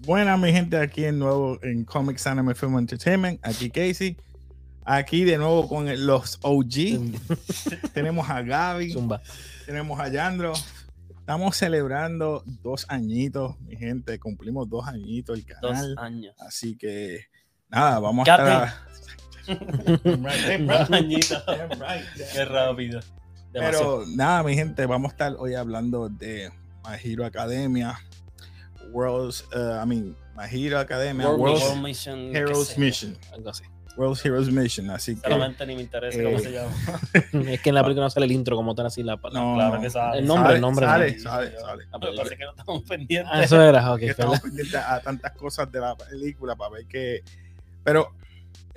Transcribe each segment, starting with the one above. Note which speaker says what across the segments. Speaker 1: Buenas, mi gente, aquí de nuevo en Comics Anime Film Entertainment. Aquí Casey. Aquí de nuevo con el- los OG. tenemos a Gaby.
Speaker 2: Zumba.
Speaker 1: Tenemos a Yandro. Estamos celebrando dos añitos, mi gente. Cumplimos dos añitos el
Speaker 2: Dos
Speaker 1: canal.
Speaker 2: años.
Speaker 1: Así que, nada, vamos a
Speaker 2: Gate.
Speaker 1: estar. I'm right, I'm
Speaker 2: Dos
Speaker 1: right,
Speaker 2: añitos.
Speaker 1: I'm right.
Speaker 2: Qué rápido. Demasiado.
Speaker 1: Pero nada, mi gente, vamos a estar hoy hablando de My Hero Academia, World's, eh, I mean, My Hero Academia,
Speaker 2: World,
Speaker 1: World's,
Speaker 2: World Mission. qué
Speaker 1: Heroes
Speaker 2: sé yo,
Speaker 1: Mission.
Speaker 2: Algo así.
Speaker 1: World's Heroes Mission. Así que,
Speaker 2: Solamente ni me interesa cómo
Speaker 1: Eh,
Speaker 2: se llama.
Speaker 3: Es que en la película no sale el intro como tal así la palabra.
Speaker 1: no,
Speaker 2: Claro
Speaker 1: no.
Speaker 2: que sabe.
Speaker 3: El nombre,
Speaker 1: Sale,
Speaker 3: el nombre,
Speaker 1: sale,
Speaker 2: ¿no?
Speaker 1: sale,
Speaker 2: Sí,
Speaker 1: sale.
Speaker 2: Ah, pero parece que no estamos pendientes.
Speaker 3: Ah, eso era, ok.
Speaker 1: Que estamos pendientes a tantas cosas de la película para ver que. Pero,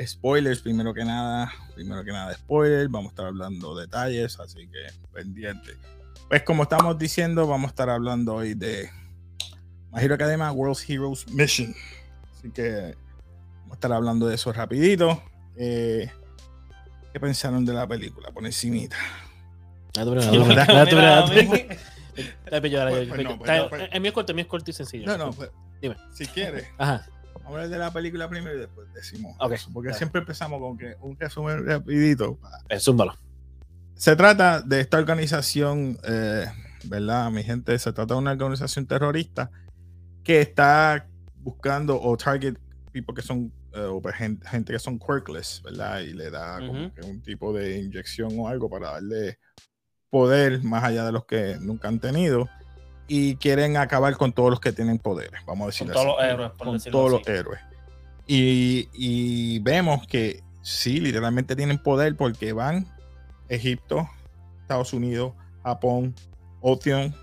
Speaker 1: spoilers, primero que nada, primero que nada, spoilers. Vamos a estar hablando detalles, así que pendiente. Pues, como estamos diciendo, vamos a estar hablando hoy de My Hero Academia World's Heroes Mission. Así que vamos a estar hablando de eso rapidito. Eh, ¿Qué pensaron de la película? Por encimita.
Speaker 3: Date primero,
Speaker 2: Yo me
Speaker 3: date primero,
Speaker 2: quedo
Speaker 3: date primero,
Speaker 2: mirando a mí.
Speaker 3: date primero. Date primero, date
Speaker 1: Pues, pues,
Speaker 3: primero.
Speaker 1: no, pues, no, pues.
Speaker 3: Está- El mío es corto, el mío es corto y sencillo.
Speaker 1: No, no, pues,
Speaker 3: Dime.
Speaker 1: Si quieres.
Speaker 3: Ajá.
Speaker 1: Vamos a hablar de la película primero y después decimos.
Speaker 3: Ok,
Speaker 1: eso, porque
Speaker 3: dale.
Speaker 1: siempre empezamos con que un resumen rapidito.
Speaker 3: Pues, zúmbalo.
Speaker 1: Se trata de esta organización, eh, ¿verdad? Mi gente, se trata de una organización terrorista que está buscando o target people que son, eh, o gen- gente, que son quirkless, ¿verdad? Y le da como
Speaker 2: Ujú.
Speaker 1: que un tipo de inyección o algo para darle poder más allá de los que nunca han tenido. Y quieren acabar con todos los que tienen poderes, vamos a decir
Speaker 2: Con todos los héroes, por
Speaker 1: con
Speaker 2: decirlo
Speaker 1: todos
Speaker 2: así.
Speaker 1: los héroes. Y, y vemos que sí, literalmente tienen poder porque van Egipto, Estados Unidos, Japón, Otion.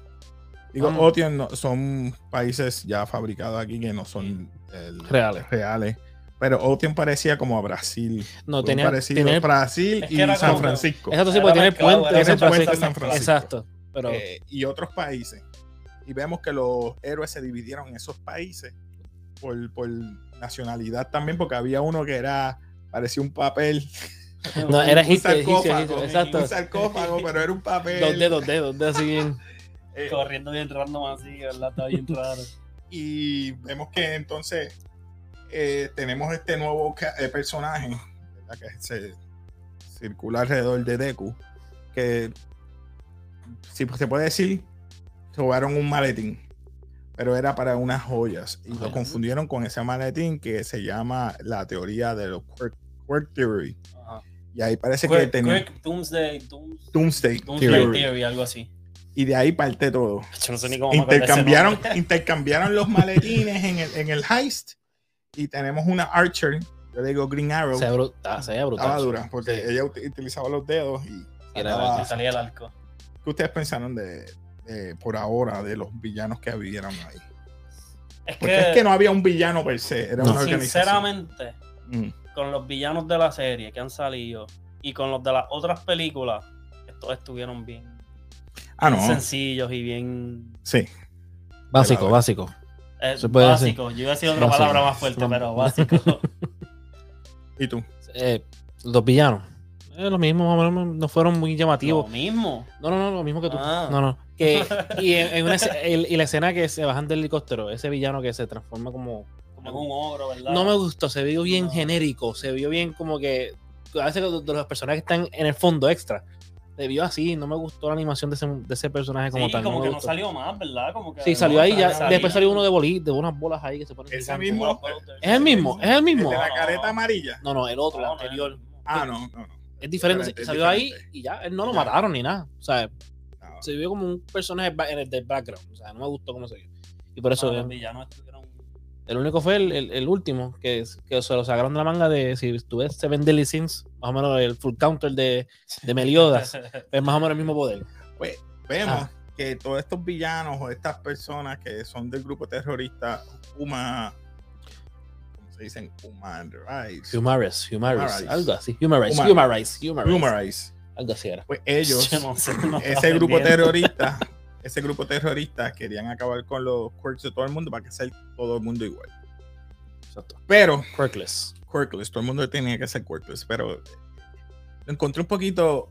Speaker 1: Digo,
Speaker 2: Ah.
Speaker 1: Otion no- son países ya fabricados aquí que no son el-
Speaker 3: Reales.
Speaker 1: reales. Pero Otion parecía como a Brasil.
Speaker 3: No,
Speaker 1: Muy
Speaker 3: tenía.
Speaker 1: pues, parecido
Speaker 3: tenía el-
Speaker 1: Brasil
Speaker 2: Es que
Speaker 1: y
Speaker 2: era
Speaker 1: San
Speaker 2: como-
Speaker 1: Francisco.
Speaker 3: Exacto, sí,
Speaker 2: Era
Speaker 3: porque tiene el
Speaker 2: mercado,
Speaker 3: puente
Speaker 2: era
Speaker 3: de San
Speaker 1: mercado de
Speaker 3: Francisco.
Speaker 1: San Francisco.
Speaker 3: Exacto. Pero
Speaker 1: eh, y otros países. Y vemos que los héroes se dividieron en esos países por, por nacionalidad también, porque había uno que era, parecía un papel,
Speaker 3: no, era
Speaker 1: un
Speaker 3: egipcio, egipcio,
Speaker 1: sarcófago,
Speaker 3: egipcio, exacto.
Speaker 1: un sarcófago, pero era un papel.
Speaker 3: Dos dedos, dedos, dedos, así bien.
Speaker 1: Eh,
Speaker 2: Corriendo bien random así, ¿verdad? Está bien raro.
Speaker 1: y vemos que entonces eh, tenemos este nuevo ca- eh, personaje ¿verdad? que se circula alrededor de Deku que si se puede decir robaron un maletín pero era para unas joyas y lo
Speaker 3: Ajá.
Speaker 1: confundieron con ese maletín que se llama la teoría de los quirk, quirk theory
Speaker 2: Ajá.
Speaker 1: y ahí parece que
Speaker 2: Quick,
Speaker 1: tenía
Speaker 2: quick, Doomsday, Dooms-
Speaker 1: Doomsday,
Speaker 2: Doomsday
Speaker 1: Theory.
Speaker 2: Theory. algo así.
Speaker 1: y de ahí parte todo
Speaker 2: Yo no sé ni cómo me acuerdo de ese
Speaker 1: intercambiaron,
Speaker 2: nombre.
Speaker 1: intercambiaron los maletines en el, en el heist y tenemos una Archer, yo le digo Green Arrow,
Speaker 3: Se ve brutal. ah, Se ve
Speaker 1: estaba
Speaker 3: brutal.
Speaker 1: dura porque ella ut- utilizaba los dedos y
Speaker 3: Era
Speaker 1: sacaba-
Speaker 2: Me salía el arco.
Speaker 1: ¿Qué ustedes pensaron de, de- por ahora de los villanos que vivieron ahí?
Speaker 2: Es
Speaker 1: Porque es que no había un villano per se, era
Speaker 3: No.
Speaker 1: una organización.
Speaker 2: sinceramente,
Speaker 1: Mm.
Speaker 2: con los villanos de la serie que han salido y con los de las otras películas, estos estuvieron bien
Speaker 1: Ah, no.
Speaker 2: sencillos y bien
Speaker 1: Sí.
Speaker 3: Básico, básico.
Speaker 2: eh,
Speaker 3: Se puede decir.
Speaker 2: básicos. Yo iba a decir otra
Speaker 3: Básico.
Speaker 2: palabra más fuerte,
Speaker 3: No.
Speaker 2: pero básico.
Speaker 1: ¿Y tú?
Speaker 3: Eh, los villanos. Eh, lo mismo, más o menos, no fueron muy llamativos.
Speaker 2: Lo mismo.
Speaker 3: No, no, no, lo mismo que tú.
Speaker 2: Ah.
Speaker 3: No, no. Que, y, en, en una esce- el- y la escena que se bajan del helicóptero, ese villano que se transforma como.
Speaker 2: Como un ogro, ¿verdad?
Speaker 3: No me gustó, se vio bien
Speaker 2: No.
Speaker 3: genérico, se vio bien como que. A veces de- de las personas que están en el fondo extra. Se vio así, no me gustó la animación de ese, de ese personaje como
Speaker 2: Sí,
Speaker 3: tal.
Speaker 2: como
Speaker 3: me
Speaker 2: que no
Speaker 3: gustó.
Speaker 2: salió más, ¿verdad? Como que
Speaker 3: Sí, salió ahí, ya,
Speaker 1: salía.
Speaker 3: después salió uno de bolí, de unas bolas ahí que se ponen.
Speaker 1: Ese
Speaker 3: gigantes.
Speaker 1: mismo.
Speaker 3: Es el mismo, es el mismo.
Speaker 1: ¿El de la
Speaker 2: No.
Speaker 1: careta amarilla?
Speaker 3: No, no, el otro, el
Speaker 2: No, no,
Speaker 3: anterior.
Speaker 2: no.
Speaker 1: Ah, no, no, no.
Speaker 3: Es diferente,
Speaker 1: Diferente, es
Speaker 3: salió ahí
Speaker 1: diferente.
Speaker 3: y ya, él no lo
Speaker 1: Ya.
Speaker 3: mataron ni nada. O sea,
Speaker 1: no.
Speaker 3: se vio como un personaje ba- en el del background. O sea, no me gustó cómo se vio. Y por eso
Speaker 2: No,
Speaker 3: eh,
Speaker 2: los villanos estuvieron-
Speaker 3: el único fue el, el- el último, que, es- que se lo sacaron de la manga de si tú ves Seven Deadly Sins, más o menos el full counter de, de Meliodas, es más o menos el mismo poder.
Speaker 1: Pues vemos
Speaker 3: Ah.
Speaker 1: que todos estos villanos o estas personas que son del grupo terrorista Huma, ¿cómo se dicen? Human Rights.
Speaker 3: Humarice, Humarice,
Speaker 1: Humarice.
Speaker 3: algo así. Humarice,
Speaker 1: Humarice.
Speaker 3: Humarice, Humarice,
Speaker 1: Human Rights.
Speaker 3: Algo así era.
Speaker 1: Pues ellos,
Speaker 2: Yo no sé, no estaba
Speaker 1: ese grupo
Speaker 2: pendiente.
Speaker 1: terrorista, ese grupo terrorista querían acabar con los quirks de todo el mundo para que sea todo el mundo igual.
Speaker 3: Exacto.
Speaker 1: Pero,
Speaker 3: Quirkless.
Speaker 1: quirkless, todo el mundo tenía que ser quirkless, pero lo encontré un poquito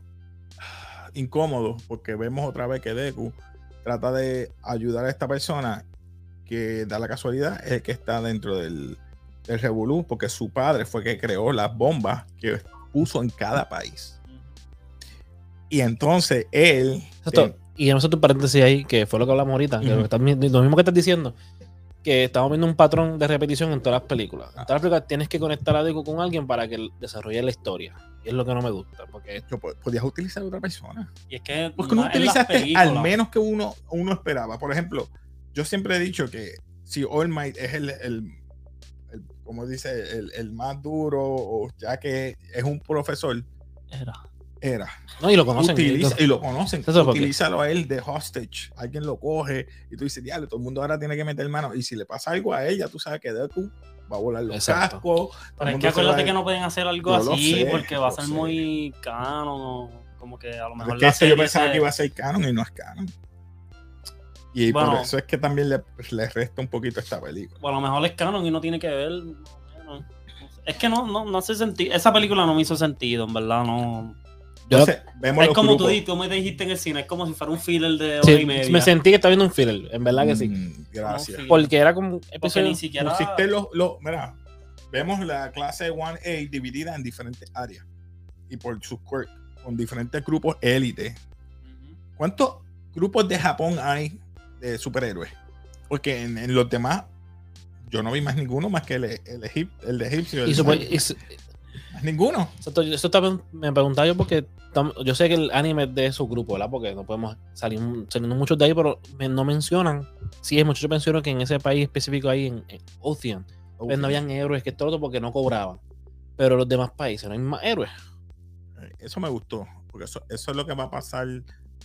Speaker 1: ah, incómodo porque vemos otra vez que Deku trata de ayudar a esta persona que da la casualidad es el que está dentro del, del revolú porque su padre fue que creó las bombas que puso en cada país. Y entonces él...
Speaker 3: Exacto. Y vamos a tu paréntesis ahí, que fue lo que hablamos ahorita, que
Speaker 1: Ujú.
Speaker 3: lo, que estás mi- lo mismo que estás diciendo, que estamos viendo un patrón de repetición en todas las películas. En todas las películas tienes que conectar a Deku con alguien para que desarrolle la historia. Y es lo que no me gusta, porque
Speaker 1: yo po- podías utilizar a otra persona.
Speaker 2: Y es que
Speaker 1: Porque no
Speaker 2: más en las
Speaker 1: Pues, utilizaste al
Speaker 2: películas.
Speaker 1: menos que uno, uno esperaba. Por ejemplo, yo siempre he dicho que si All Might es el, el- el- como dice, el, el más duro, o ya que es un profesor,
Speaker 2: Era.
Speaker 1: era.
Speaker 3: no, y lo conocen.
Speaker 1: Utiliza-
Speaker 3: y
Speaker 1: y
Speaker 3: lo-
Speaker 1: lo conocen.
Speaker 3: Eso es porque-
Speaker 1: utilízalo a él de hostage. Alguien lo coge y tú dices, diablo, todo el mundo ahora tiene que meter mano. Y si le pasa algo a ella, tú sabes que Deku va a volar los
Speaker 3: Exacto.
Speaker 1: cascos. todo el
Speaker 2: Pero es
Speaker 1: mundo
Speaker 2: que
Speaker 1: se va a
Speaker 2: acuérdate
Speaker 1: ir.
Speaker 2: que no pueden hacer algo
Speaker 1: Yo lo
Speaker 2: así
Speaker 1: sé,
Speaker 2: porque va a
Speaker 1: lo
Speaker 2: ser
Speaker 1: sé.
Speaker 2: muy canon. Como que a lo mejor
Speaker 1: Es que
Speaker 2: la
Speaker 1: ese yo
Speaker 2: serie
Speaker 1: pensaba
Speaker 2: se-
Speaker 1: que iba a ser canon y no es canon. Y por
Speaker 2: Bueno.
Speaker 1: eso es que también le, le resta un poquito a esta película.
Speaker 2: o a lo mejor es canon y no tiene que ver. bueno, es que no, no, no hace sentido. Esa película no me hizo sentido, en verdad. No.
Speaker 3: yo-
Speaker 1: Entonces, vemos
Speaker 2: Es
Speaker 1: los
Speaker 2: como
Speaker 1: grupos.
Speaker 2: tú, di- tú me dijiste en el cine, es como si fuera un filler de hora
Speaker 3: sí,
Speaker 2: y media.
Speaker 3: me sentí que estaba viendo un filler, en verdad que sí.
Speaker 1: Mm, gracias.
Speaker 2: Como un filler.
Speaker 3: Porque era como un
Speaker 2: Porque
Speaker 3: episodio-
Speaker 2: ni siquiera.
Speaker 1: Pusiste los, los- mira, vemos la clase 1A dividida en diferentes áreas y por sus quirks, con diferentes grupos élite.
Speaker 2: Ujú.
Speaker 1: ¿Cuántos grupos de Japón hay de superhéroes? Porque en, en los demás, yo no vi más ninguno más que el, el, egip- el de egipcio.
Speaker 3: y
Speaker 1: el-
Speaker 3: supo- y su-
Speaker 1: más ninguno.
Speaker 3: Exacto, yo- eso también me preguntaba yo porque tam- yo sé que el anime es de esos grupos, ¿verdad? Porque no podemos salir saliendo muchos de ahí, pero me- no mencionan. Sí, es mucho mencionan que en ese país específico ahí, en, en Ocean, pues no habían héroes que todo porque no cobraban. Pero en los demás países no hay más héroes.
Speaker 1: Eh, Eso me gustó, porque eso, eso es lo que va a pasar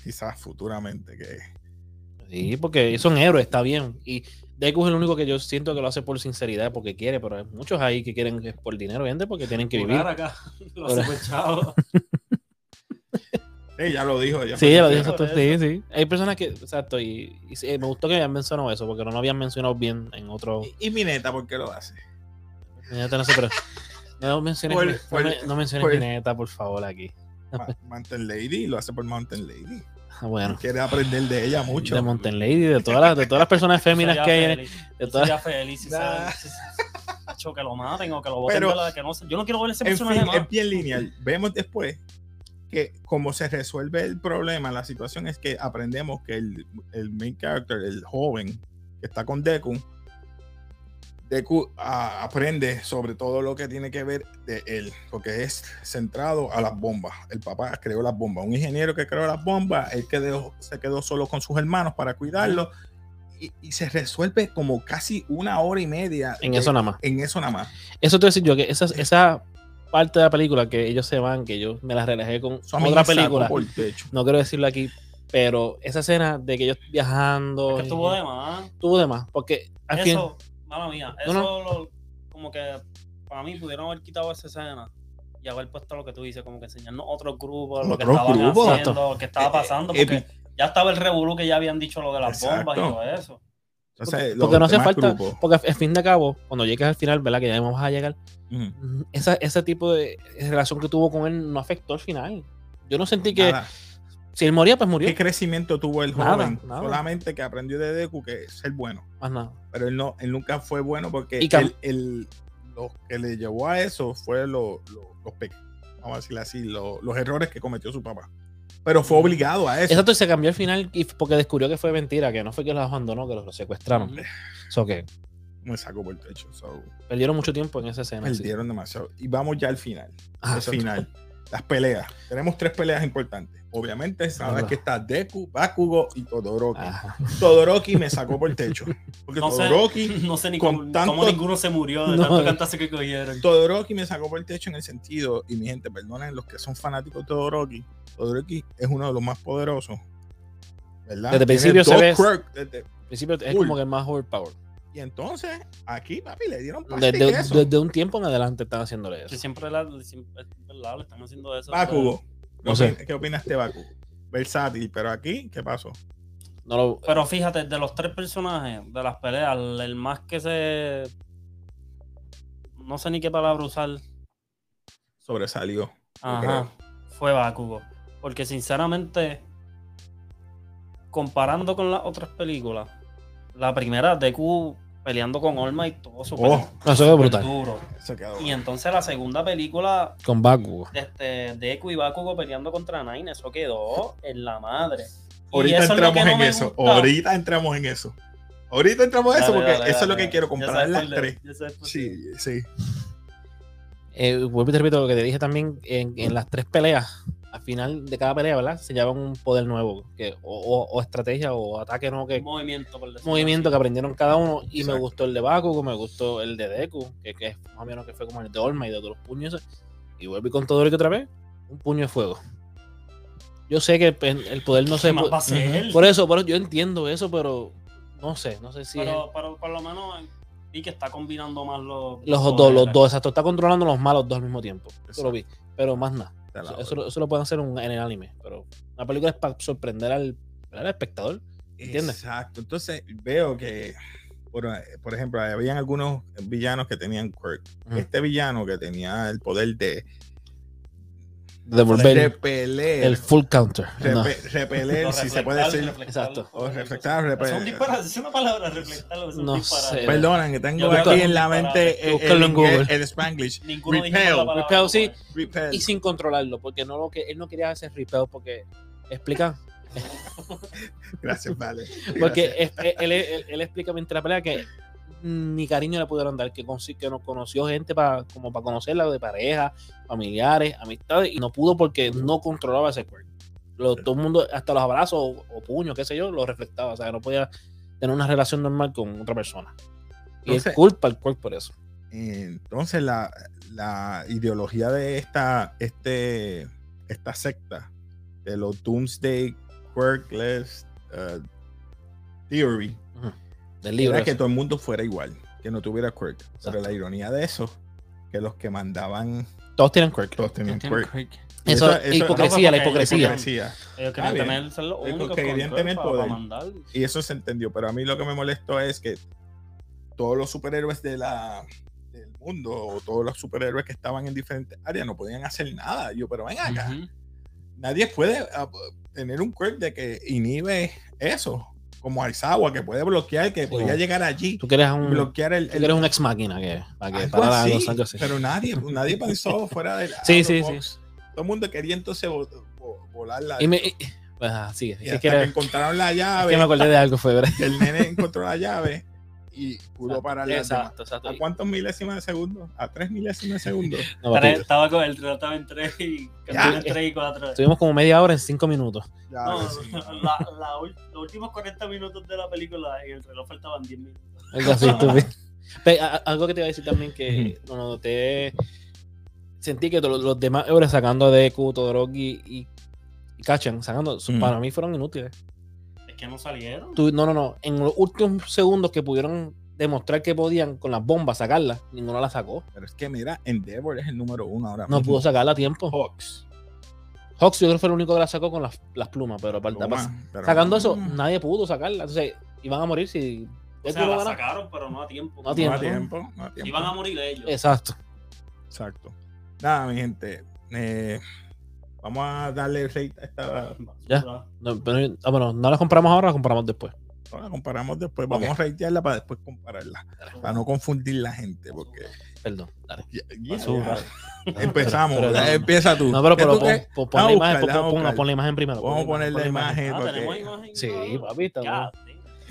Speaker 1: quizás futuramente. Que,
Speaker 3: Sí, porque son héroes, está bien. Y Deku es el único que yo siento que lo hace por sinceridad, porque quiere, pero hay muchos ahí que quieren que es por dinero, gente, porque tienen que vivir.
Speaker 2: Jugar acá. Los
Speaker 3: Ahora.
Speaker 2: superchavos.
Speaker 1: Eh, ya lo dijo. Ya
Speaker 3: Sí,
Speaker 1: me
Speaker 3: ella lo
Speaker 1: refiero.
Speaker 3: dijo,
Speaker 2: Por
Speaker 3: exacto, sí, sí. Hay personas que, exacto, y, y sí, me gustó que habían mencionado eso, porque no lo habían mencionado bien en otro...
Speaker 1: Y, y mi neta, ¿por qué lo hace?
Speaker 3: Mineta no sé, pero no menciones,
Speaker 1: Por-
Speaker 3: no
Speaker 1: por-
Speaker 3: me- no menciones
Speaker 1: por-
Speaker 3: Mineta, por favor, aquí.
Speaker 1: Ma- Mountain Lady, lo hace por Mountain Lady.
Speaker 3: Ah, Bueno,
Speaker 1: Quiere aprender de ella mucho.
Speaker 3: de Mountain Lady, de todas las, de todas las personas féminas
Speaker 2: Sería
Speaker 3: que hay. en-
Speaker 2: feliz.
Speaker 3: De
Speaker 2: Yo
Speaker 3: todas-
Speaker 2: sería feliz si se-
Speaker 1: Nah.
Speaker 2: si- si- Hacho, que lo maten o que lo boten
Speaker 1: Pero-
Speaker 2: de la- que no sé. Yo no quiero ver ese
Speaker 1: En
Speaker 2: este personaje
Speaker 1: fin,
Speaker 2: más.
Speaker 1: es bien lineal. Vemos después que como se resuelve el problema, la situación es que aprendemos que el, el main character, el joven que está con Deku, Deku ah, aprende sobre todo lo que tiene que ver de él, porque es centrado a las bombas. El papá creó las bombas, un ingeniero que creó las bombas, él quedó, se quedó solo con sus hermanos para cuidarlo. Y, y se resuelve como casi una hora y media
Speaker 3: En
Speaker 1: de-
Speaker 3: eso nada más.
Speaker 1: en eso nada más.
Speaker 3: Eso te voy a decir yo, que esa, esa parte de la película que ellos se van, que yo me la relajé con
Speaker 1: Eso a mí
Speaker 3: otra
Speaker 1: me sacó
Speaker 3: película,
Speaker 1: por el techo.
Speaker 3: no quiero decirlo aquí, pero esa escena de que ellos viajando...
Speaker 2: Que estuvo de más.
Speaker 3: estuvo de más, porque al fin...
Speaker 2: Eso, mala mía,
Speaker 3: No,
Speaker 2: eso
Speaker 3: no.
Speaker 2: lo- como que para mí pudieron haber quitado esa escena y haber puesto lo que tú dices, como que enseñarnos otros grupos, lo que
Speaker 1: Otros
Speaker 2: estaban
Speaker 1: grupos. Eh,
Speaker 2: haciendo, lo que estaba pasando, porque
Speaker 1: Epi-
Speaker 2: ya estaba el revolú que ya habían dicho lo de las bombas y
Speaker 1: Exacto.
Speaker 2: todo eso.
Speaker 1: Entonces,
Speaker 3: Porque
Speaker 1: los
Speaker 3: no hace
Speaker 1: demás
Speaker 3: falta,
Speaker 1: grupos.
Speaker 3: porque al fin de cabo, cuando llegues al final, ¿verdad? Que ya vamos a llegar,
Speaker 1: Ujú.
Speaker 3: esa, ese tipo de relación que tuvo con él no afectó al final. Yo no sentí que
Speaker 1: Nada.
Speaker 3: si él moría, pues murió.
Speaker 1: ¿Qué crecimiento tuvo el
Speaker 3: Nada,
Speaker 1: joven?
Speaker 3: nada.
Speaker 1: Solamente que aprendió de Deku que es ser bueno.
Speaker 3: Más nada.
Speaker 1: Pero él no, él nunca fue bueno porque
Speaker 3: Y cam-
Speaker 1: él- él- lo que le llevó a eso fue lo- lo- los pe- vamos a decirlo así, lo- los errores que cometió su papá. Pero fue obligado a eso.
Speaker 3: Exacto, y se cambió al final y f- porque descubrió que fue mentira, que no fue que los abandonó, que los, los secuestraron. So que
Speaker 1: Me sacó por el techo. so,
Speaker 3: perdieron mucho tiempo en esa escena. sí.
Speaker 1: perdieron demasiado. Y vamos ya al final.
Speaker 3: Ah,
Speaker 1: al
Speaker 3: exacto.
Speaker 1: final. Las peleas. Tenemos tres peleas importantes. Obviamente, sabes
Speaker 3: Verdad.
Speaker 1: que está Deku, Bakugo y Todoroki.
Speaker 3: Ajá.
Speaker 1: Todoroki me sacó por el techo. Porque
Speaker 2: No sé.
Speaker 1: Todoroki,
Speaker 2: No sé ni
Speaker 1: Con
Speaker 2: cómo,
Speaker 1: tanto-
Speaker 2: cómo ninguno se murió de
Speaker 3: No.
Speaker 2: tanto cantarse que cogieron.
Speaker 1: Todoroki me sacó por el techo en el sentido, y mi gente, perdonen los que son fanáticos de Todoroki, Todoroki es uno de los más poderosos. ¿Verdad?
Speaker 3: Desde el
Speaker 1: Tiene
Speaker 3: principio se
Speaker 1: dos
Speaker 3: ve-
Speaker 1: quirks, desde-
Speaker 3: Al principio es
Speaker 1: Full.
Speaker 3: como que más overpower.
Speaker 1: Y entonces, aquí, papi, le dieron parte
Speaker 3: Desde,
Speaker 1: y queso.
Speaker 3: desde un tiempo en adelante están haciéndole
Speaker 2: Que
Speaker 3: eso.
Speaker 2: siempre, la, siempre- es verdad, le están haciendo
Speaker 1: Ah,
Speaker 2: eso.
Speaker 1: Bakugo. ¿qué
Speaker 3: No sé.
Speaker 1: opin- ¿Qué opinas de Bakugo? Versátil, pero aquí, ¿qué pasó?
Speaker 3: No lo,
Speaker 2: Pero fíjate, de los tres personajes de las peleas, el más que se. No sé ni qué palabra usar.
Speaker 1: Sobresalió.
Speaker 2: Ajá. Fue Bakugo. Porque sinceramente, comparando con las otras películas, la primera, Deku peleando con Olma y todo su
Speaker 1: Oh,
Speaker 3: no, eso es brutal.
Speaker 2: duro.
Speaker 1: se quedó.
Speaker 2: Y entonces la segunda película,
Speaker 3: Con Bakugo.
Speaker 2: este, Deku y Bakugo peleando contra Nine, eso quedó en la madre. Y
Speaker 1: Ahorita
Speaker 2: eso es lo
Speaker 1: entramos
Speaker 2: que no
Speaker 1: en
Speaker 2: me
Speaker 1: eso.
Speaker 2: gusta.
Speaker 1: Ahorita entramos en eso. Ahorita entramos en eso
Speaker 2: Dale,
Speaker 1: porque
Speaker 2: dale,
Speaker 1: eso es lo
Speaker 2: dale,
Speaker 1: que quiero
Speaker 2: dale. Ya
Speaker 1: comparar
Speaker 2: sabes
Speaker 1: las
Speaker 2: por qué,
Speaker 1: tres.
Speaker 2: ya sabes por qué.
Speaker 1: Sí, sí.
Speaker 3: Eh, vuelvo y te repito lo que te dije también en, en las tres peleas. Al final de cada pelea, ¿verdad? Se llevan un poder nuevo. Que, o, o- o estrategia o ataque nuevo que
Speaker 2: Movimiento, por decirlo
Speaker 3: movimiento que aprendieron cada uno. Y me
Speaker 1: Exacto.
Speaker 3: gustó el de Bakugo, me gustó el de Deku, que, que es más o menos que fue como el de Olma y de otros puños. ese. Y vuelvo y con todo lo que otra vez, un puño de fuego. Yo sé que pues, el poder no se
Speaker 2: más
Speaker 3: pu-
Speaker 2: va a ser?
Speaker 3: Ujú. Por eso, por eso yo entiendo eso, pero no sé, no sé si es-
Speaker 2: pero, pero por lo menos vi que está combinando más los
Speaker 3: los dos, los dos, exacto, está controlando los malos dos al mismo tiempo. Eso lo vi, pero más nada.
Speaker 1: Te la
Speaker 3: Eso,
Speaker 1: doy.
Speaker 3: eso lo- eso lo pueden hacer un- en el anime, pero la película es para sorprender al, al espectador. ¿Entiendes?
Speaker 1: Exacto. Entonces veo que, por, por ejemplo, habían algunos villanos que tenían quirk.
Speaker 3: Ujú.
Speaker 1: Este villano que tenía el poder de,
Speaker 3: Devolver
Speaker 1: de repeler,
Speaker 3: el full counter.
Speaker 1: repe-
Speaker 3: No.
Speaker 1: repeler, si se puede decir.
Speaker 3: Exacto.
Speaker 1: O reflectar, pues,
Speaker 2: Es un
Speaker 1: repeler.
Speaker 2: disparate, es una palabra reflectar. Es un
Speaker 3: No
Speaker 2: disparate.
Speaker 3: sé.
Speaker 1: Perdonan, que tengo
Speaker 2: Yo
Speaker 1: aquí
Speaker 2: busco-
Speaker 1: en la mente eh, el,
Speaker 3: Búscalo en
Speaker 1: inglés-
Speaker 3: Google.
Speaker 1: el Spanglish.
Speaker 2: Ninguno dijimos
Speaker 1: Repel.
Speaker 2: la palabra.
Speaker 3: Repel, sí.
Speaker 2: ¿no?
Speaker 1: Repel.
Speaker 3: Y sin controlarlo, porque no lo que él no quería hacer ripeo porque explica,
Speaker 1: Gracias, vale.
Speaker 3: porque es- él, él- él- él explica mientras la pelea que ni cariño le pudieron dar, que, consi- que no conoció gente para como para conocerla de pareja, familiares, amistades, y no pudo porque no controlaba ese cuerpo. Lo- todo el mundo, hasta los abrazos o, o puños, qué sé yo, lo reflectaba. O sea, no podía tener una relación normal con otra persona. Y
Speaker 1: Entonces-
Speaker 3: él culpa al cuerpo por eso.
Speaker 1: Entonces, la, la ideología de esta, este, esta secta, de los Doomsday Quirkless uh, Theory,
Speaker 3: Ujú. Del libro.
Speaker 1: era que
Speaker 3: ese.
Speaker 1: todo el mundo fuera igual, que no tuviera quirk. Pero
Speaker 3: Exacto.
Speaker 1: la ironía de eso, que los que mandaban
Speaker 3: Todos tienen quirk.
Speaker 1: todos tenían quirk. Y
Speaker 3: Eso,
Speaker 1: eso- eso-
Speaker 3: hipocresía, la
Speaker 2: no, porque-
Speaker 3: hipocresía.
Speaker 1: Hipocresía.
Speaker 2: Ellos
Speaker 1: Ah,
Speaker 2: querían
Speaker 1: bien.
Speaker 2: tener, ser los
Speaker 1: Porque
Speaker 2: únicos
Speaker 1: querían
Speaker 2: con
Speaker 1: tener
Speaker 2: para-
Speaker 1: poder.
Speaker 2: para mandar.
Speaker 1: y eso se entendió. Pero a mí lo que me molestó es que todos los superhéroes de la, del mundo o todos los superhéroes que estaban en diferentes áreas no podían hacer nada. Yo, pero ven acá,
Speaker 2: Ujú.
Speaker 1: nadie puede ah, tener un quirk de que inhibe eso, como Aizawa, que puede bloquear, que
Speaker 3: Sí.
Speaker 1: podía llegar allí,
Speaker 3: Tú quieres un,
Speaker 1: bloquear el.
Speaker 3: tú
Speaker 1: el-
Speaker 3: quieres un ex máquina que, para que
Speaker 1: algo
Speaker 3: para la-
Speaker 1: así,
Speaker 3: los- algo así.
Speaker 1: Pero nadie, nadie pensó fuera del.
Speaker 3: Sí,
Speaker 1: out
Speaker 3: sí,
Speaker 1: of
Speaker 3: sí.
Speaker 1: box. Todo el mundo quería entonces vo- vo- volar la.
Speaker 3: Y me. y- ajá, sí, es
Speaker 1: y
Speaker 3: que,
Speaker 1: hasta
Speaker 3: que era-
Speaker 1: que encontraron la
Speaker 3: es
Speaker 1: llave.
Speaker 3: que me acordé de algo, fue ¿verdad?
Speaker 1: que el nene encontró la llave y pudo parar la llave.
Speaker 3: Exacto, exacto.
Speaker 1: ¿A cuántos milésimas de segundo? A tres milésimas de segundo.
Speaker 3: No, papi,
Speaker 2: Tres- Estaba con el trataba en 3 y
Speaker 1: Ya.
Speaker 2: canciones 3 y 4.
Speaker 3: Estuvimos como media hora en cinco minutos.
Speaker 1: Ya,
Speaker 2: No,
Speaker 1: sí.
Speaker 2: la, la ul- los últimos 40 minutos de la película en el reloj faltaban 10 minutos.
Speaker 3: Algo así, estúpido. Pero, a- a- algo que te iba a decir también que cuando te sentí que to- los, demás euros sacando a Deku, Todoroki y, y Kachan, sacando,
Speaker 1: Mm.
Speaker 3: para mí fueron inútiles.
Speaker 2: Es que no salieron.
Speaker 3: Tú- no, no, no. En los últimos segundos que pudieron demostrar que podían con las bombas sacarlas, ninguno las sacó.
Speaker 1: Pero es que mira, Endeavor es el número uno ahora.
Speaker 3: No
Speaker 1: mismo.
Speaker 3: pudo sacarla a tiempo.
Speaker 1: Hawks.
Speaker 3: Hawks yo creo que fue el único que la sacó con las, las plumas, pero aparte, aparte-
Speaker 1: Roma, pero-
Speaker 3: sacando eso, nadie pudo sacarla. Entonces, iban a morir si
Speaker 2: O
Speaker 3: Deku
Speaker 2: sea,
Speaker 3: no
Speaker 2: la
Speaker 3: gana.
Speaker 2: sacaron, pero no a tiempo.
Speaker 3: No a
Speaker 1: No
Speaker 3: tiempo.
Speaker 1: a tiempo. No a tiempo.
Speaker 2: Iban a morir ellos.
Speaker 3: Exacto.
Speaker 1: Exacto. Nada, mi gente. eh, vamos a darle rate a esta.
Speaker 3: Ya. No, pero- ah, bueno, no las compramos ahora, las compramos después.
Speaker 1: no la comparamos después. Vamos a ratearla para después compararla. Para no confundir la gente. Porque.
Speaker 3: Perdón, dale.
Speaker 1: Ya- ya-
Speaker 2: Basura.
Speaker 1: Empezamos.
Speaker 3: Pero- pero-
Speaker 1: Empieza tú.
Speaker 3: No, pero,
Speaker 1: ¿Qué
Speaker 3: pero
Speaker 1: tú
Speaker 3: pon,
Speaker 1: crees?
Speaker 3: pon- pon
Speaker 1: Vamos
Speaker 3: la
Speaker 1: a
Speaker 3: imagen, pon,
Speaker 1: buscarla, vamos a
Speaker 3: pon-
Speaker 1: buscarla.
Speaker 3: pon la imagen primero.
Speaker 1: Vamos a poner la
Speaker 3: ponerle
Speaker 1: imagen.
Speaker 2: Ah, tenemos
Speaker 1: porque
Speaker 2: imagen.
Speaker 3: Sí,
Speaker 2: cabrón.
Speaker 3: papi, estamos-
Speaker 2: Ya,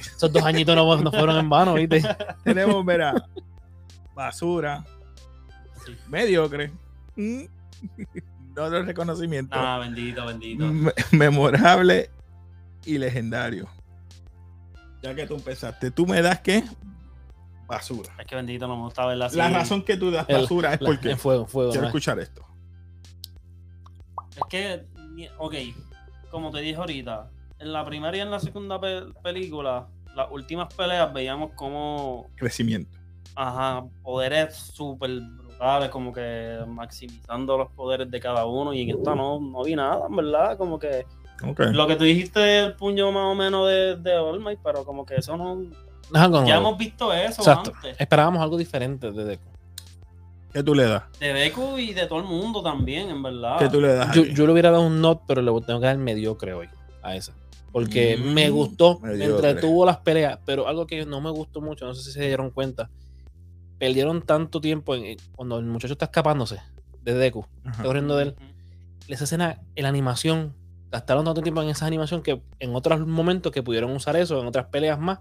Speaker 2: sí.
Speaker 3: esos dos añitos no, no fueron en vano, ¿viste?
Speaker 1: tenemos, mira, basura, mediocre, mm, no los reconocimientos,
Speaker 3: Ah,
Speaker 2: Nah, bendito, bendito.
Speaker 1: me- memorable y legendario. Ya que tú empezaste, tú me das qué? Basura.
Speaker 2: Es que bendito no me gusta verla así.
Speaker 1: La razón que tú das
Speaker 3: El-
Speaker 1: basura es
Speaker 3: La-
Speaker 1: porque
Speaker 3: en fuego, en fuego.
Speaker 1: quiero
Speaker 3: ¿no?
Speaker 1: escuchar esto.
Speaker 2: Es que, ni- ok, como te dije ahorita, en la primera y en la segunda pe- película, las últimas peleas veíamos como,
Speaker 1: Crecimiento.
Speaker 2: ajá, poderes súper brutales, como que maximizando los poderes de cada uno. Y en esta no, no vi nada, en verdad, como que
Speaker 1: Ok.
Speaker 2: Lo que tú dijiste el puño más o menos de, de All Might, pero como que eso no.
Speaker 3: No es
Speaker 2: Ya
Speaker 3: algo nuevo.
Speaker 2: hemos visto eso
Speaker 3: Exacto.
Speaker 2: antes.
Speaker 3: Esperábamos algo diferente de Deku.
Speaker 1: ¿Qué tú le das?
Speaker 2: De Deku y de todo el mundo también, en verdad.
Speaker 1: ¿Qué tú le das?
Speaker 3: Ah, Yo,
Speaker 1: aquí?
Speaker 3: yo le hubiera dado un not, pero le tengo que dar mediocre hoy a esa. Porque
Speaker 1: Mm,
Speaker 3: me gustó, me
Speaker 1: mediocre.
Speaker 3: entretuvo las peleas, pero algo que no me gustó mucho, no sé si se dieron cuenta, perdieron tanto tiempo en- en- cuando el muchacho está escapándose de Deku,
Speaker 1: Ajá.
Speaker 3: está corriendo de él.
Speaker 2: Ujú.
Speaker 3: Esa escena, en la animación, gastaron tanto tiempo en esa animación que en otros momentos que pudieron usar eso, en otras peleas más,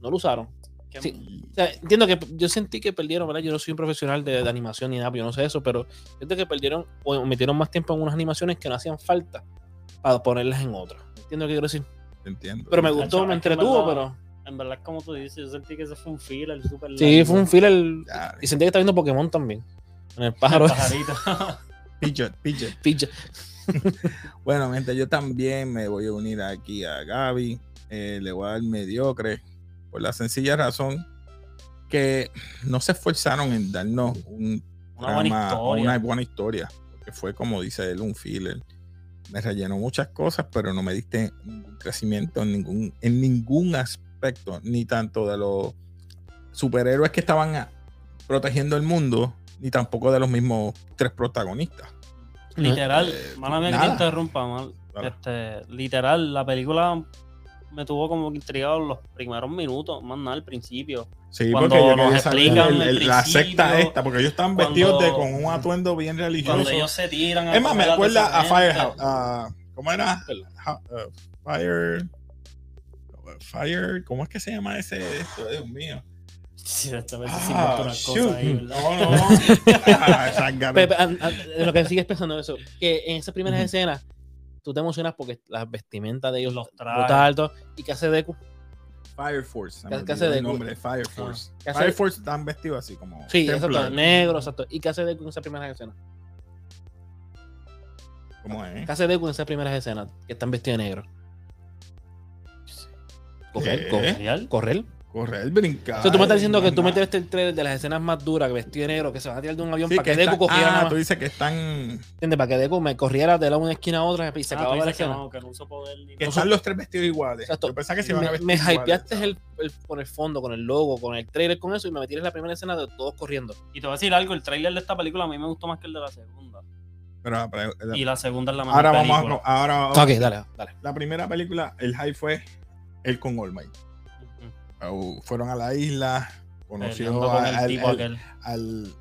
Speaker 3: no lo usaron.
Speaker 2: Que-
Speaker 3: Sí. O sea, entiendo que yo sentí que perdieron, ¿verdad? Yo no soy un profesional de, de animación ni nada, yo no sé eso, pero siento que perdieron o metieron más tiempo en unas animaciones que no hacían falta para ponerlas en otras. Entiendo que quiero decir.
Speaker 1: Te entiendo.
Speaker 3: Pero me
Speaker 2: Chacho,
Speaker 3: gustó, me
Speaker 2: es que en
Speaker 3: entretuvo,
Speaker 2: verdad-
Speaker 3: pero.
Speaker 2: En verdad, como tú dices, yo sentí que ese fue un filler super
Speaker 3: Sí, fue un filler.
Speaker 1: Ya,
Speaker 3: Y sentí que estaba viendo Pokémon también. En el pájaro.
Speaker 2: pajarito.
Speaker 1: Pichot, pichot.
Speaker 3: Picha.
Speaker 1: Bueno, gente, yo también me voy a unir aquí a Gaby. Eh, le voy a dar mediocre por la sencilla razón que no se esforzaron en darnos un
Speaker 2: Una buena
Speaker 1: trama o
Speaker 2: historia.
Speaker 1: una buena historia. Que fue como dice él, un filler. Me rellenó muchas cosas, pero no me diste ningún crecimiento en ningún, en ningún aspecto, ni tanto de los superhéroes que estaban ah, protegiendo el mundo, ni tampoco de los mismos tres protagonistas.
Speaker 2: Literal,
Speaker 1: Eh,
Speaker 2: mala mía que
Speaker 1: nada.
Speaker 2: te interrumpa, mal.
Speaker 1: Claro.
Speaker 2: Este, literal, la película me tuvo como que intrigado los primeros minutos, más nada al principio.
Speaker 1: Sí,
Speaker 2: Cuando
Speaker 1: porque yo
Speaker 2: nos
Speaker 1: quería saber
Speaker 2: explican
Speaker 1: el-
Speaker 2: el
Speaker 1: el- la secta
Speaker 2: principio,
Speaker 1: esta, porque ellos están
Speaker 2: cuando-
Speaker 1: vestidos de con un atuendo bien
Speaker 2: Cuando
Speaker 1: religioso.
Speaker 2: ellos se tiran. a
Speaker 1: Es más, me
Speaker 2: comer
Speaker 1: acuerda a
Speaker 2: toda esa
Speaker 1: Firehouse.
Speaker 2: gente.
Speaker 1: a- ¿Cómo era? Ha- uh, Fire. Fire. ¿Cómo es que se llama ese? esto? Dios mío.
Speaker 2: Sí, esta vez sí
Speaker 1: Ah,
Speaker 2: inventó unas
Speaker 1: shoot.
Speaker 2: cosas ahí, ¿verdad?
Speaker 1: No, no. Ah, esas ganas.
Speaker 3: Pepe, an- an- en lo que sigues pensando eso, que en esas primeras
Speaker 1: Ujú.
Speaker 3: escenas, tú te emocionas porque las vestimentas de ellos, los
Speaker 2: trajes.
Speaker 3: altos, y que hace Deku.
Speaker 1: Fire Force. se me
Speaker 3: ¿Qué- qué
Speaker 1: olvidó
Speaker 3: hace
Speaker 1: el
Speaker 3: de- Ah,
Speaker 1: nombre, Fire Force.
Speaker 3: ¿Qué hace-
Speaker 1: Fire Force están vestidos así como.
Speaker 3: Sí,
Speaker 1: Templar.
Speaker 3: exacto, negro, exacto. ¿Y qué hace Deku en esas primeras escenas?
Speaker 1: ¿Cómo es?
Speaker 3: ¿Qué hace Deku en esas primeras escenas que están vestidos de negro?
Speaker 1: ¿Qué?
Speaker 3: Correr,
Speaker 1: ¿Eh?
Speaker 3: correr.
Speaker 2: Real.
Speaker 3: correr.
Speaker 1: Correr, brincar.
Speaker 3: O sea, tú me estás diciendo que
Speaker 1: más
Speaker 3: tú
Speaker 1: nada.
Speaker 3: metiste el trailer de las escenas más duras, que vestido de negro, que se van a tirar de un avión
Speaker 1: Sí,
Speaker 3: para que,
Speaker 1: que
Speaker 3: Deku
Speaker 1: está-
Speaker 3: cogiera nada
Speaker 1: Ah,
Speaker 3: más,
Speaker 1: tú dices que están.
Speaker 3: ¿entiendes? Para que Deku me corriera de la una esquina a otra y se
Speaker 2: Ah, tú
Speaker 3: acababa la
Speaker 2: dices que
Speaker 3: escena.
Speaker 2: no, que no usó poder ni
Speaker 1: Que
Speaker 2: nada.
Speaker 1: están los tres vestidos iguales.
Speaker 3: Exacto.
Speaker 1: Yo pensaba que se iban a
Speaker 3: me,
Speaker 1: vestir
Speaker 3: me
Speaker 1: iguales,
Speaker 3: hypeaste
Speaker 1: ¿sabes?
Speaker 3: el, el- con el fondo, con el logo, con el trailer, con eso, y me metí en la primera escena de todos corriendo.
Speaker 2: Y te voy a decir algo, el tráiler de esta película a mí me gustó más que el de la segunda.
Speaker 1: Pero, pero, pero,
Speaker 2: Y la segunda es la mejor
Speaker 1: ahora vamos
Speaker 2: película.
Speaker 1: a. Ahora,
Speaker 3: Ok, dale, dale.
Speaker 1: La primera película, el hype fue el con All Might.
Speaker 2: Ujú.
Speaker 1: Uh, Fueron a la isla, conoció
Speaker 2: Peleando con
Speaker 1: a-
Speaker 2: el
Speaker 1: al,
Speaker 2: tipo
Speaker 1: al-
Speaker 2: aquel.
Speaker 1: al-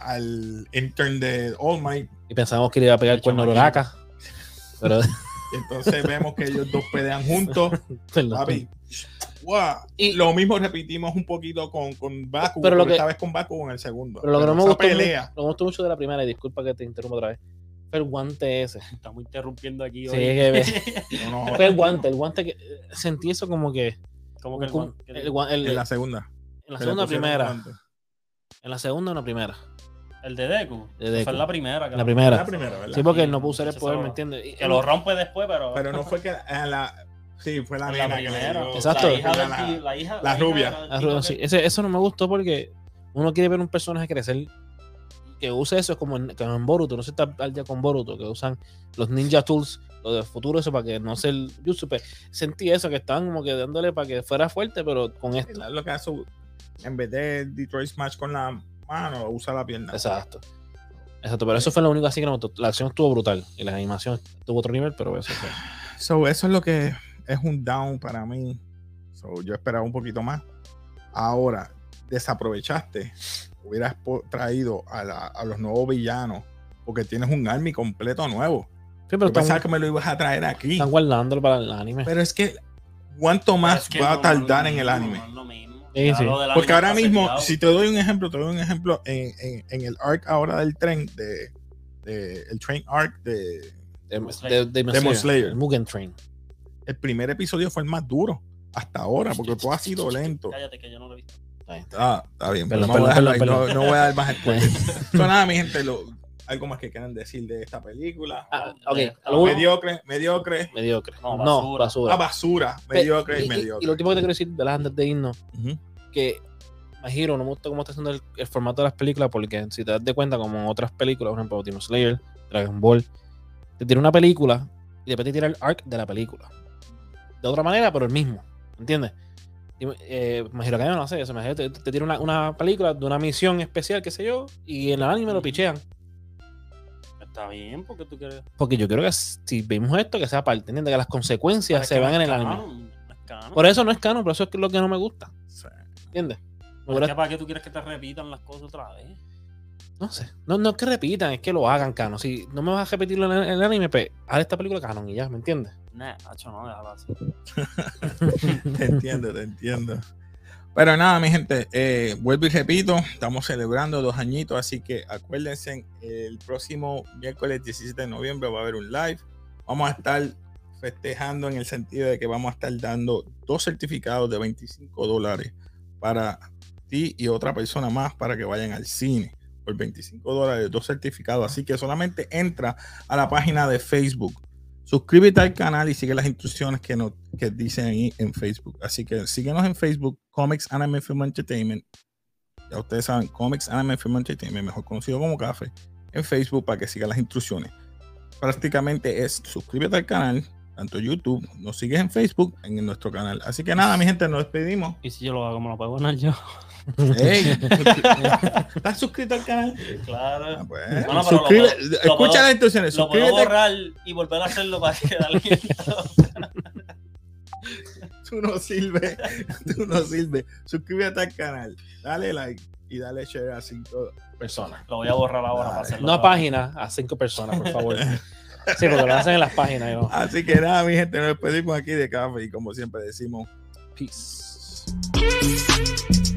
Speaker 1: al intern de All Might.
Speaker 3: Y pensamos que le iba a pegar el
Speaker 2: El
Speaker 3: cuerno de
Speaker 2: chamaquito.
Speaker 3: Uraka. Pero.
Speaker 1: Y Entonces vemos que ellos dos pelean juntos.
Speaker 3: perdón.
Speaker 1: Papi, ¡guau!
Speaker 3: Y-
Speaker 1: lo mismo repetimos un poquito con, con Baku,
Speaker 3: Pero
Speaker 1: pero,
Speaker 3: lo que-
Speaker 1: esta vez con Baku en el segundo.
Speaker 3: Pero lo que no me
Speaker 1: esa
Speaker 3: gustó, mu-
Speaker 1: pelea.
Speaker 3: lo que me gustó mucho de la primera, y disculpa que te interrumpa otra vez, fue el guante ese. Sí,
Speaker 2: Estamos interrumpiendo aquí hoy.
Speaker 3: que me-
Speaker 1: No, no,
Speaker 3: fue el guante, el guante que sentí eso como que.
Speaker 2: Como que el
Speaker 3: como-
Speaker 2: guan- que-
Speaker 3: el guan- el-
Speaker 1: en la segunda. que le
Speaker 3: segunda
Speaker 1: pusieron
Speaker 3: primera.
Speaker 1: guantes.
Speaker 3: En la segunda o en la primera.
Speaker 2: el de Deku.
Speaker 3: De Deku.
Speaker 2: Fue la primera. que
Speaker 3: La primera.
Speaker 1: La primera, ¿verdad?
Speaker 3: Sí, porque él no pudo usar el
Speaker 2: Ese
Speaker 3: poder,
Speaker 2: solo-
Speaker 3: ¿me entiendes? Y-
Speaker 2: Que lo rompe después, pero.
Speaker 1: Pero no fue que a la. Sí, fue la,
Speaker 2: la,
Speaker 1: nena que le
Speaker 2: primera.
Speaker 1: dio-
Speaker 3: Exacto.
Speaker 2: La hija, del
Speaker 1: la-
Speaker 2: tío- la hija-
Speaker 1: la
Speaker 2: la hija
Speaker 1: rubia.
Speaker 2: del
Speaker 3: Ah,
Speaker 2: tipo
Speaker 3: Rudo,
Speaker 2: que-
Speaker 3: sí. Ese- eso no me gustó porque uno quiere ver un personaje crecer. Que use eso es como en, como en Boruto. No sé si está al día con Boruto, que usan los ninja tools, lo del futuro, eso para que no sea el Yusuke. Sentí eso, que estaban como que dándole para que fuera fuerte, pero con esto.
Speaker 1: lo que hace en vez de Detroit Smash con la mano, usa la pierna.
Speaker 3: Exacto. Exacto, pero eso fue lo único así que no me gustó. La acción estuvo brutal y la animación tuvo otro nivel, pero eso fue.
Speaker 1: So, eso es lo que es un down para mí. So, yo esperaba un poquito más. Ahora, desaprovechaste. Hubieras po- traído a, la- a los nuevos villanos. Porque tienes un army completo nuevo.
Speaker 3: Sí, pero
Speaker 1: Yo pensaba
Speaker 3: están,
Speaker 1: que me lo ibas a traer aquí.
Speaker 3: están guardándolo para el anime.
Speaker 1: Pero es que, ¿cuánto
Speaker 2: Pero
Speaker 1: más
Speaker 2: es que
Speaker 1: va
Speaker 2: no
Speaker 1: a
Speaker 2: es
Speaker 1: tardar
Speaker 2: lo
Speaker 1: en el
Speaker 2: mismo,
Speaker 1: anime?
Speaker 2: no es lo mismo.
Speaker 3: Sí,
Speaker 2: Ya
Speaker 3: sí.
Speaker 2: lo del
Speaker 1: Porque ahora
Speaker 2: anime está
Speaker 1: mismo,
Speaker 2: sellado.
Speaker 1: si te doy un ejemplo, te doy un ejemplo en, en- en el arc ahora del tren, de, de- el train arc de
Speaker 3: De-
Speaker 2: Slayer.
Speaker 3: de- de
Speaker 1: Demon Slayer.
Speaker 3: Mugen Train.
Speaker 1: el primer episodio fue el más duro hasta ahora, porque todo ha sido lento.
Speaker 2: Cállate que yo no lo he visto.
Speaker 1: Ah, está bien, pero no,
Speaker 3: Perdón, perdón,
Speaker 1: voy a dejarlo
Speaker 3: perdón,
Speaker 1: ahí, no- no voy a dar más spoilers. So, nada, mi gente, lo- algo más que quieran decir de esta película.
Speaker 3: Ah, ok,
Speaker 2: Eh,
Speaker 3: a lo último-
Speaker 1: Mediocre, mediocre,
Speaker 3: mediocre. No,
Speaker 2: No,
Speaker 3: basura.
Speaker 2: basura.
Speaker 1: ah, basura, mediocre,
Speaker 3: y, y-
Speaker 1: mediocre.
Speaker 3: y lo último que te quiero decir de las antes de irnos,
Speaker 1: Ujú.
Speaker 3: que Majiro no me gusta cómo está haciendo el, el formato de las películas, porque si te das de cuenta, como en otras películas, por ejemplo, Demon Slayer, Dragon Ball, te tiene una película Y después te tira el arc de la película. De otra manera, pero el mismo. ¿Entiendes? Y, eh, Majiro Academia no hace eso. Majiro te, te tira una, una película de una misión especial, qué sé yo, y en el anime lo
Speaker 2: Ujú.
Speaker 3: pichean.
Speaker 2: Está bien, porque tú quieres.
Speaker 3: Porque yo quiero que si vemos esto, que sea parte, ¿entiendes? Que las consecuencias
Speaker 2: Pero es
Speaker 3: se
Speaker 2: que
Speaker 3: van
Speaker 2: no
Speaker 3: en
Speaker 2: es
Speaker 3: el anime.
Speaker 2: canon, no es canon.
Speaker 3: Por eso no es canon, por eso es que lo que no me gusta.
Speaker 1: Sí.
Speaker 3: ¿Entiendes? Me
Speaker 2: ¿Por qué,
Speaker 3: hubiera-
Speaker 2: ¿Para qué tú quieres que te repitan las cosas otra vez?
Speaker 3: No sé. No, no es que repitan, es que lo hagan canon. Si no me vas a repetirlo en el, en el anime, pues haz esta película canon y ya, ¿me entiendes?
Speaker 2: Nah, hacho, no, déjalo así.
Speaker 1: Te entiendo, te entiendo. Pero nada, mi gente, eh, vuelvo y repito, estamos celebrando dos añitos, así que acuérdense, el próximo miércoles 17 de noviembre va a haber un live. Vamos a estar festejando en el sentido de que vamos a estar dando dos certificados de 25 dólares para ti y otra persona más para que vayan al cine por 25 dólares, dos certificados. Así que solamente entra a la página de Facebook suscríbete al canal y sigue las instrucciones que, nos, que dicen ahí en Facebook. Así que síguenos en Facebook, Comics Anime Film Entertainment. Ya ustedes saben, Comics Anime Film Entertainment, mejor conocido como Café, en Facebook para que sigan las instrucciones. Prácticamente es suscríbete al canal, tanto YouTube, nos sigues en Facebook, en nuestro canal. Así que nada, mi gente, nos despedimos.
Speaker 2: Y si yo lo hago, me lo puedo ganar yo.
Speaker 1: Ey, ¿Estás suscrito al canal? Ah,
Speaker 2: Claro.
Speaker 1: pues,
Speaker 2: Bueno, pero lo
Speaker 1: suscribe-
Speaker 2: puedo- lo
Speaker 1: escucha
Speaker 2: puedo-
Speaker 1: las instrucciones.
Speaker 2: Lo puedo
Speaker 1: Suscríbete,
Speaker 2: borrar y volver a hacerlo para que alguien.
Speaker 1: tú no sirves, tú no sirves. Suscríbete al canal, dale like y dale share a cinco personas.
Speaker 2: Lo voy a borrar ahora para
Speaker 1: Dale.
Speaker 2: hacerlo.
Speaker 3: No a
Speaker 2: otra vez.
Speaker 3: páginas, a cinco personas, por favor. Sí, porque lo hacen en las páginas. yo.
Speaker 1: Así que nada, mi gente, nos despedimos aquí de café y como siempre decimos,
Speaker 3: Peace.
Speaker 1: peace.